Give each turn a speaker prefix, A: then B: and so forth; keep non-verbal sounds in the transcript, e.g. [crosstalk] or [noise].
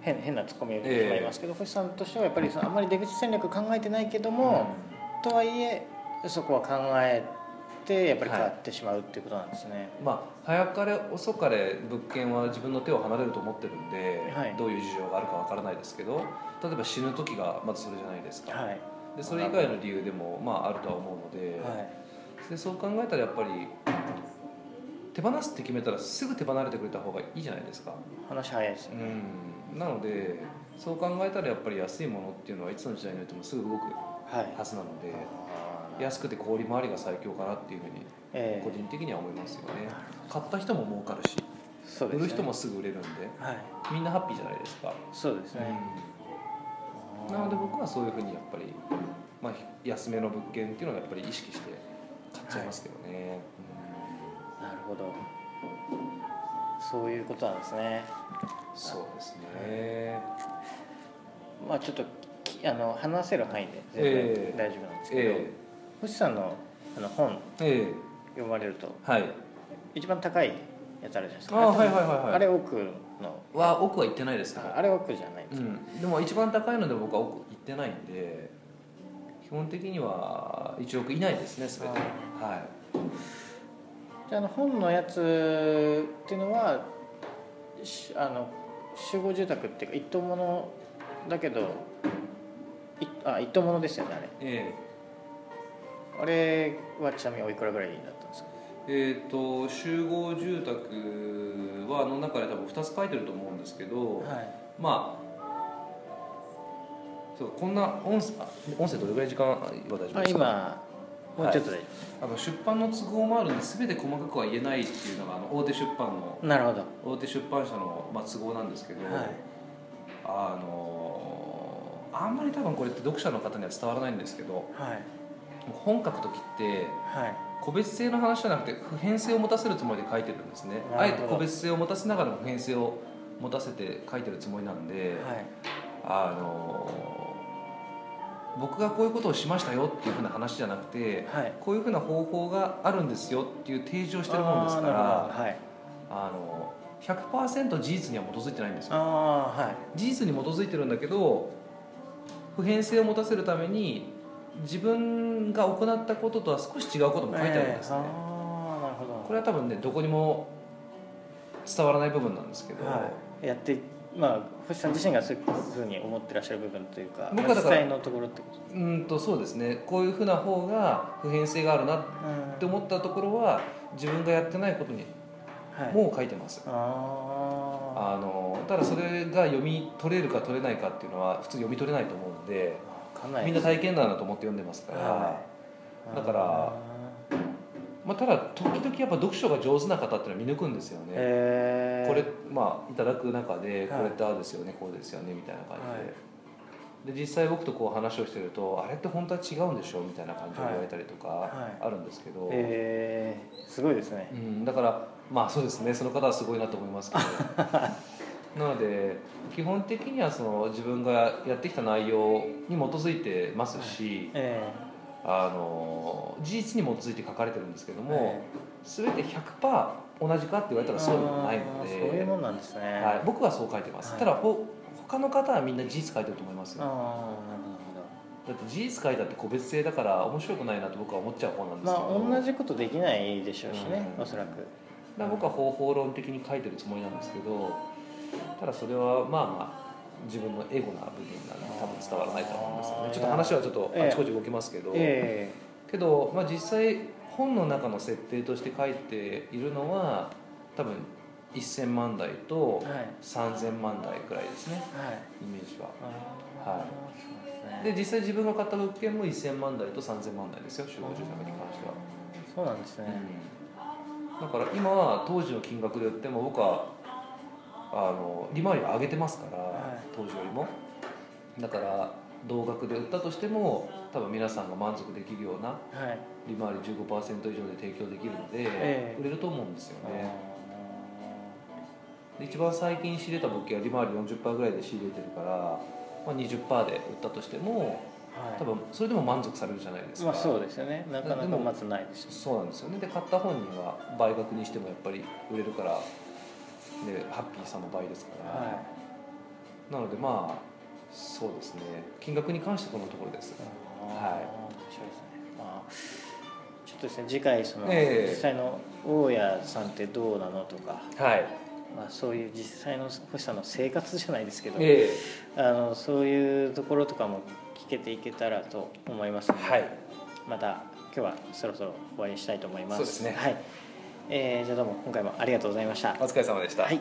A: 変変なツッコミを入れてしまいますけど、星さんとしてはやっぱりそのあんまり出口戦略考えてないけども、とはいえそこは考えてやっぱり変わってしまうっていうことなんですね。
B: まあ、早かれ遅かれ物件は自分の手を離れると思ってるんで、
A: はい
B: どういう事情があるかわからないですけど例えば死ぬ時がまずそれじゃないですか、
A: はい、
B: でそれ以外の理由でも、まあ、あるとは思うので,、
A: はい
B: でそう考えたらやっぱり手放すって決めたらすぐ手離れてくれた方がいいじゃないですか、
A: 話早いですね。
B: うん、なのでそう考えたらやっぱり安いものっていうのはいつの時代においてもすぐ動くは
A: はい。
B: ずなので
A: あー
B: 安くて氷回りが最強かなっていうふうに
A: え
B: 個人的には思いますよね買った人も儲かるし
A: えそうです
B: 売
A: ね。
B: る人もすぐ売れるんで
A: はい。
B: みんなハッピーじゃないですか、
A: そうですね。
B: うんなので僕はそういうふうにやっぱり、まあ、安めの物件っていうのはやっぱり意識して買っちゃいますけどね、
A: なるほど。そういうことなんですね。
B: うんそうですね
A: まあちょっときあの話せる範囲で全
B: ええ
A: 然大丈夫なんですけど、
B: え
A: 星さんのあの本
B: ええ
A: 読まれると
B: えはい
A: 一番高いやつあるじゃないです
B: あ
A: か。
B: はいはいはいはい
A: あれ奥の
B: は奥は行ってないですけど
A: ああれ奥じゃないで
B: う
A: すか。
B: ん、でも一番高いので僕は奥行ってないんで基本的には1億以内ですね全ては
A: じゃああの本のやつっていうのはしあの集合住宅っていうか一棟ものだけどいあ一棟ものですよねあれ
B: いえ
A: あれはちなみにおいくらぐらいだったんですか
B: ええーと集合住宅はあの中で多分2つ書いてると思うんですけど、
A: はい
B: まあそうこんな音声あ音声どれぐらい時間は大丈夫ですか
A: あ今もうちょっとで、
B: あの出版の都合もあるんで全て細かくは言えないっていうのがあの大手出版の
A: なるほど
B: 大手出版社の、まあ、都合なんですけど、
A: はい
B: あのあんまり多分これって読者の方には伝わらないんですけど
A: はい
B: 本書く時って
A: は
B: 個別性の話じゃなくて普遍性を持たせるつもりで書いてるんですねあ
A: なる
B: え
A: ほど
B: て個別性を持たせながらも普遍性を持たせて書いてるつもりなん
A: い
B: で、
A: はい
B: あの僕がこういうことをしましたよっていうふうな話じゃなくて
A: はい
B: こういうふうな方法があるんですよっていう提示をしてるもんですか
A: あーなる
B: ら
A: ほどはい
B: あの100%事実には基づいてないんですよ
A: ああはい
B: 事実に基づいてるんだけど普遍性を持たせるために自分が行ったこととは少し違うことも書いてあるんですね、
A: ええああなるほど
B: これは多分ねどこにも伝わらない部分なんですけど、
A: はい、やってまあ星さん自身がそういうふうに思ってらっしゃる部分というか
B: 僕はだから
A: まあ実際のところってこと
B: うんとそうですねこういうふうな方が普遍性があるなって思ったところは自分がやってないことに
A: はい、
B: もう書いてます、
A: あ
B: あのただそれが読み取れるか取れないかっていうのは普通読み取れないと思うんで、
A: あかなり
B: みんな体験談だと思って読んでますから、
A: は
B: だからまあ、ただ時々やっぱ読書が上手な方っていうのは見抜くんですよね、
A: え
B: これまあいただく中
A: は
B: で
A: い
B: これってああですよね、こうですよねみたいな感じ
A: は
B: で,、で実際僕とこう話をしてるとあれって本当は違うんでしょみたいな感じで言われたりと
A: はい
B: か
A: はい
B: あるんですけど、
A: えー、すごいですね
B: うん、だからまあそうですねその方はすごいなと思いますけ
A: [laughs]
B: どなので基本的にはその自分がやってきた内容に基づいてますし、
A: え
B: あの事実に基づいて書かれてるんですけど
A: え
B: も、全て100%同じかって言われたらそうでもないの
A: あーそういう
B: で、
A: もんなんですね、
B: はい、僕はそう書いてます、
A: はい
B: ただほ他の方はみんな事実書いてると思います
A: ああ
B: よ
A: なる
B: だって事実書いたって個別性だから面白くないなと僕は思っちゃう方なん
A: ほど
B: ですけど、
A: まあ同じことできないでしょうしね、
B: うん
A: おそらく
B: だから僕は方法論的に書いてるつもりなんですけどただそれはまあまあ自分のエゴな部分なんで多分伝わらないと思うんですよねちょっと話はちょっと
A: ええ
B: あちこち動きますけど、
A: え
B: けど、まあ、実際本の中の設定として書いているのは多分1,000万台
A: え
B: と
A: はいはい
B: 3000万台くらいですねイメージは
A: あー
B: はい
A: そうですね
B: で実際自分が買った物件も1000万台と3000万台ですよ集合住宅に関しては、
A: そうなんですね、
B: うんだから今は当時の金額で売っても僕はあの利回りを上げてますから、
A: はい
B: 当時よりもだから同額で売ったとしても多分皆さんが満足できるような
A: はい
B: 利回り15%以上で提供できるので、
A: ええ
B: 売れると思うんですよね、
A: あ
B: で一番最近仕入れた物件は利回り40%ぐらいで仕入れてるから、まあ、20%で売ったとしても
A: ーはい
B: 多分それでも満足されるじゃないですか、
A: まあそうですよねなかな
B: で
A: か
B: も
A: まずないですよ
B: そうなんですよねで買った本人は倍額にしてもやっぱり売れるからでハッピーさも倍ですから、
A: は
B: なのでまあそうですね金額に関してこのところです
A: はい面白いですね、まあ、ちょっとですね次回その、
B: ええ
A: 実際の大家さんってどうなのとか、
B: はい
A: まあ、そういう実際の星さんの生活じゃないですけど、
B: え
A: あのそういうところとかも聞けていけたらと思います
B: え
A: ので、
B: はい
A: また今日はそろそろ終わりにしたいと思います
B: そうですね
A: はいえーじゃあどうも今回もありがとうございました
B: お疲れ様でした
A: はい